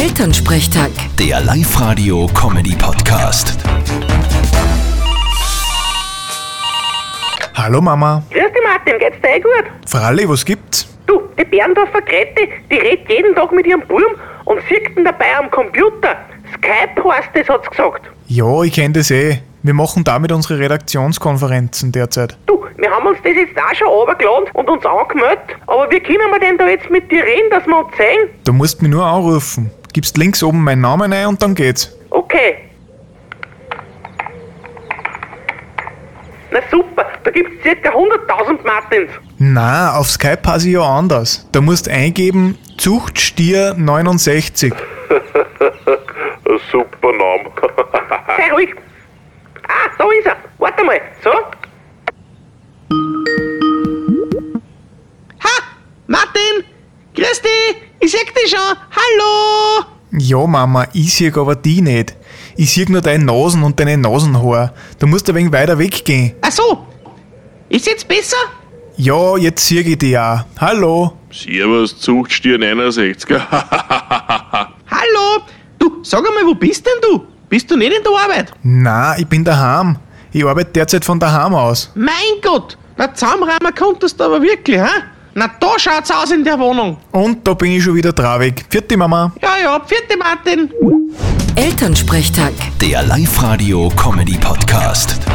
Elternsprechtag. Der Live-Radio-Comedy-Podcast. Hallo Mama. Grüß dich, Martin, geht's dir eh gut? Fralli, was gibt's? Du, die Berndorfer Grete, die redet jeden Tag mit ihrem Burm und sieht ihn dabei am Computer. Skype heißt das, hat's gesagt. Ja, ich kenn das eh. Wir machen damit unsere Redaktionskonferenzen derzeit. Du, wir haben uns das jetzt auch schon runtergeladen und uns angemeldet, aber wie können wir denn da jetzt mit dir reden, dass wir uns sehen? Du musst mich nur anrufen. Gibst links oben meinen Namen ein und dann geht's. Okay. Na super, da gibt's circa 100.000 Martins. Na, auf Skype passe ich ja anders. Da musst eingeben Zuchtstier 69. Ein super Name. Sei ruhig. Ah, da ist er. Warte mal. So. Ha! Martin! Grüß dich! Ich seh dich schon! Hallo! Ja Mama, ich sieg aber die nicht. Ich sieg nur deine Nasen und deine Nasenhaar. Du musst ein wenig weiter weggehen. Ach so! Ist jetzt besser? Ja, jetzt sieg ich dich auch. Hallo. Servus, Zuchtstier 69. Hallo! Du, sag einmal, wo bist denn du? Bist du nicht in der Arbeit? Na, ich bin daheim. Ich arbeite derzeit von daheim aus. Mein Gott! Na, zusammenräumen konntest du aber wirklich, hä? Na, da schaut's aus in der Wohnung. Und da bin ich schon wieder traurig. Vierte Mama. Ja, ja, vierte Martin. Elternsprechtag. Der Live-Radio-Comedy-Podcast.